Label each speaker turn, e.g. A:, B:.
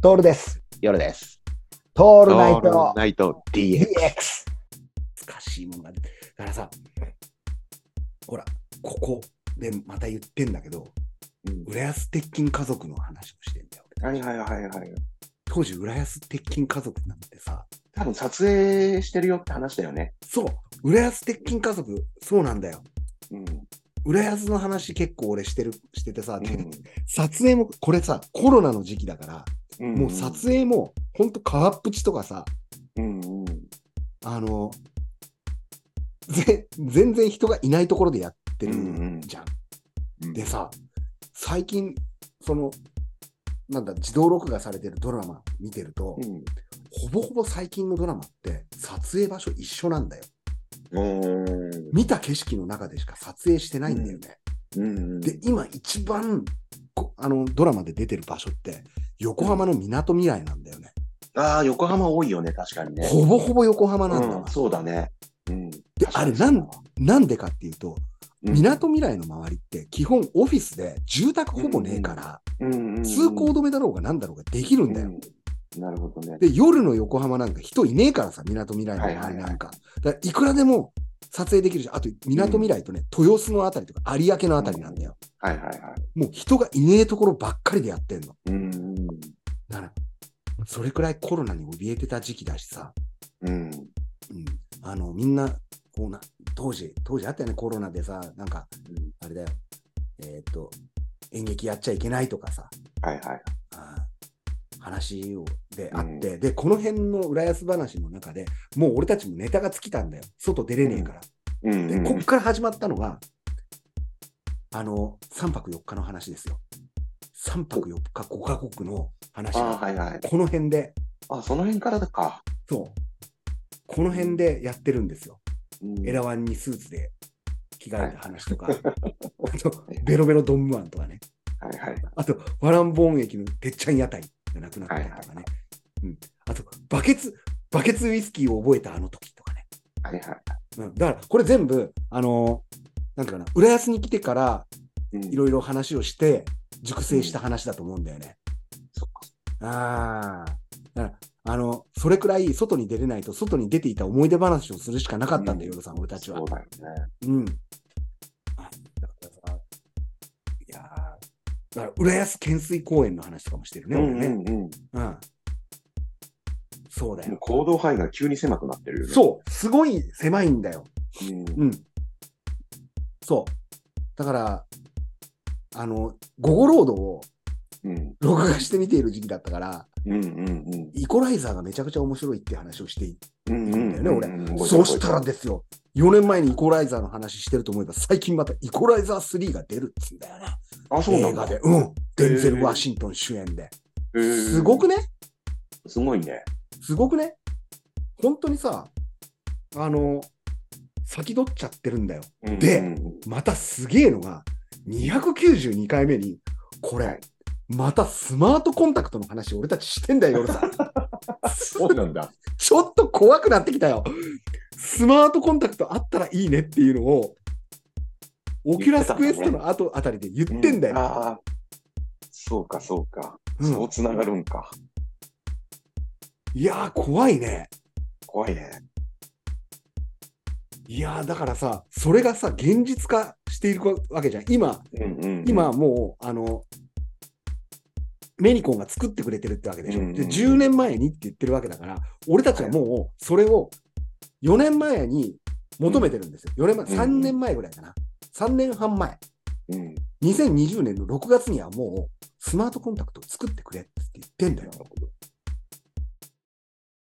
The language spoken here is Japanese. A: トールです。
B: 夜です。
A: ト
B: オ
A: ールナイト
B: ナイト DX。
A: DX。
C: 難しいもんが出てだからさ、ほら、ここでまた言ってんだけど、浦安鉄筋家族の話をしてんだよ。
B: はいはいはいはい。
C: 当時、浦安鉄筋家族なんてさ、
B: 多分撮影してるよって話だよね。
C: そう、浦安鉄筋家族、そうなんだよ。
B: うん。
C: 浦安の話結構俺してる、しててさ、で
B: う
C: 撮影も、これさ、コロナの時期だから、
B: ん
C: もう撮影も、ほんと川っぷちとかさ、
B: うんうん。
C: あの、ぜ全然人がいないところでやってる
B: うんうん
C: じゃん。
B: うん
C: でさ、最近、その、なんだ、自動録画されてるドラマ見てると、
B: うん
C: ほぼほぼ最近のドラマって、撮影場所一緒なんだよ。
B: うん
C: 見た景色の中でしか撮影してないんだよね。
B: うん。
C: で、今一番、こあの、ドラマで出てる場所って、横浜の港未来なんだよね。
B: ああ、横浜多いよね、確かにね。
C: ほぼほぼ横浜なんだ
B: う
C: わ
B: ん、。そうだね。うん。
C: で、
B: 確
C: あ
B: か
C: れ
B: に
C: なん、なんでかっていうと、
B: うん
C: 港未来の周りって基本オフィスで住宅ほぼねえから、
B: うんうんうん
C: 通行止めだろうがなんだろうができるんだよ。
B: うんなるほどね。
C: で、夜の横浜なんか人いねえからさ、港未来の周りなんか。だからいくらでも撮影できるし、あと港未来とね、豊洲のあたりとか有明のあたりなんだよ。
B: はいはいは
C: もう人がいねえところばっかりでやってんの。
B: い。うんうん
C: だから、それくらいコロナに怯えてた時期だしさ、
B: うん。
C: うん、あの、みんな、こうな、当時、当時あったよね、コロナでさ、なんか、あれだよ、えーっと、演劇やっちゃいけないとかさ、
B: はいはい。
C: あー話をであって、で、この辺の浦安話の中でもう俺たちもネタが尽きたんだよ。外出れねえから。
B: うんうん
C: で、こっから始まったのが、あの、3泊4日の話ですよ。3泊4日5カ国の話
B: ああ、
C: が、
B: はいはい。
C: この辺で、
B: あ、その辺からか。
C: そう、この辺でやってるんですよ。
B: うん
C: エラワンにスーツで着替えた話とか、あと、ベロベロドンムワンとかね。
B: はいはい。
C: あと、ワランボーン駅のてっちゃん屋台がなくなったりとかね。
B: はいはい
C: うん、あと、バケツ、バケツウイスキーを覚えたあの時とかね。
B: はいはい。
C: うん、だから、これ全部、あのーなんていうかな、浦安に来てから
B: うん
C: いろいろ話をして、熟成した話だと思うんだよね。
B: そっか
C: ああ。だから、あの、それくらい外に出れないと、外に出ていた思い出話をするしかなかったんだよ、
B: うん
C: ヨルさん、俺たちは
B: そう。だよね。
C: うん。あだからさ、いやーだから浦安懸垂公園の話とかもしてるね、俺ね。
B: うんうんうん
C: うん。そうだ
B: もう
C: よ。
B: 行動範囲が急に狭くなってるよね。
C: そう、すごい狭いんだよ。
B: うん。
C: うん。そう。だから、あの、午後ロードを
B: うん。
C: 録画して見ている時期だったから、
B: うんうん
C: イコライザーがめちゃくちゃ面白いって話をしてい
B: うん。うんうん
C: だよね俺
B: 俺
C: そしたらですよ、4年前にイコライザーの話してると思えば、最近またイコライザー3が出るっつうんだよね。
B: あ、そうな
C: 映
B: ん
C: 画
B: だ。
C: で。うん。デンゼル・ワシントン主演で。
B: へー
C: すごくね
B: すごいね。
C: すごくね本当にさ、あの、先取っちゃってるんだよ。
B: うん
C: で
B: うんうん
C: またすげえのが、292回目に、こ
B: はい
C: れ、またスマートコンタクトの話俺たちしてんだよ、夜さん。
B: そうなんだ。
C: ちょっと怖くなってきたよ。スマートコンタクトあったらいいねっていうのを、オキュラスクエストの後あたりで言ってんだ
B: う
C: よ。
B: ああ。そうか、そうか。
C: うん
B: そうつながるんか。
C: いやー、怖いね。
B: 怖いね。
C: いやー、だからさ、それがさ、現実化しているわけじゃん。今、
B: うんうん。
C: 今もう、あの、メニコンが作ってくれてるってわけでしょ。
B: うんうん
C: で10年前にって言ってるわけだから、俺たちはもうそれを4年前に求めてるんですよ。4年前、
B: うんうん
C: 3年前ぐらいかな。3年半前。
B: うん。
C: 2020年の6月にはもうスマートコンタクトを作ってくれって言ってんだ
B: な
C: よ
B: る。ほど